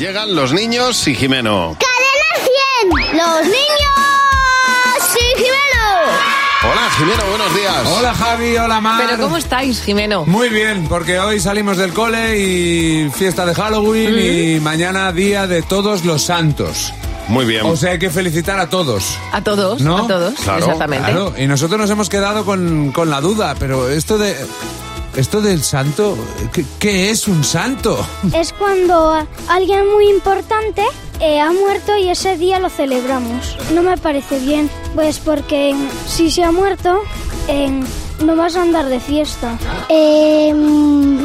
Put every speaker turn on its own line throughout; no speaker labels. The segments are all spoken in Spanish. Llegan los niños y Jimeno.
¡Cadena 100! ¡Los niños! ¡Sí, Jimeno!
Hola Jimeno, buenos días.
Hola Javi, hola Mar.
Pero ¿cómo estáis, Jimeno?
Muy bien, porque hoy salimos del cole y fiesta de Halloween y mañana día de todos los santos.
Muy bien.
O sea, hay que felicitar a todos.
A todos,
¿No?
a todos,
Claro,
exactamente.
Claro, y nosotros nos hemos quedado con, con la duda, pero esto de... Esto del santo, ¿qué, qué es un santo?
Es cuando alguien muy importante eh, ha muerto y ese día lo celebramos. No me parece bien, pues porque mm, si se ha muerto, eh, no vas a andar de fiesta. Em,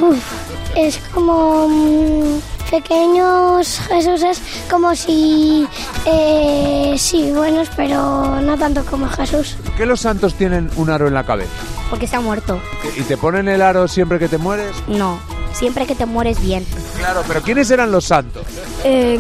es como mm, pequeños Jesús, es como si... eh, sí, buenos, pero no tanto como Jesús.
¿Por qué los santos tienen un aro en la cabeza?
Porque se ha muerto.
¿Y te ponen el aro siempre que te mueres?
No, siempre que te mueres bien.
Claro, pero ¿quiénes eran los santos?
Eh,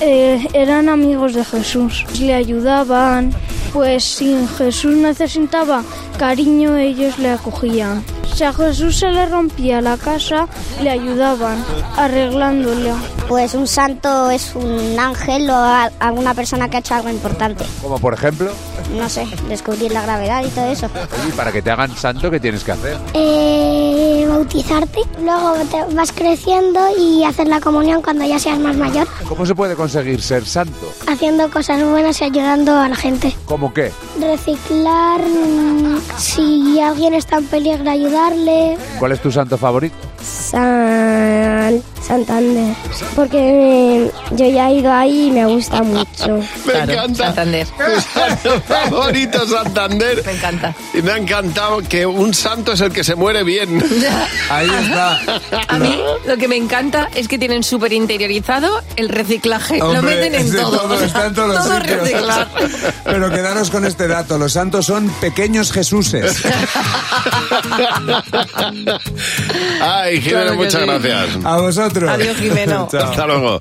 eh, eran amigos de Jesús, le ayudaban, pues si Jesús necesitaba cariño ellos le acogían. Si a Jesús se le rompía la casa, le ayudaban arreglándola.
Pues un santo es un ángel o a- alguna persona que ha hecho algo importante.
Como por ejemplo,
No sé, descubrir la gravedad y todo eso.
oye, para que te hagan santo, ¿qué tienes que hacer?
Eh, bautizarte, luego vas creciendo y hacer la comunión cuando ya seas más mayor,
¿Cómo se puede conseguir ser santo?
haciendo cosas buenas y ayudando a la gente.
¿Cómo qué?
Reciclar, mm, si alguien está en peligro, ayudarle.
¿Cuál es tu santo favorito?
San Santander, porque yo ya he ido ahí y me gusta mucho.
Me
Claro,
encanta.
Santander.
Es santo favorito Santander.
Me encanta.
Y me ha encantado que un santo es el que se muere bien.
Ahí está.
A mí lo que me encanta es que tienen súper interiorizado el reciclaje. lo
Hombre,
meten en
es de
todo.
está en todos los
Todo
sitios.
reciclar.
Pero quedaros con este dato, los santos son pequeños Jesuses.
Ay, Jimeno,
Claro que
muchas
sí.
gracias.
A vosotros.
Adiós, Jimeno.
Chao.
Hasta luego.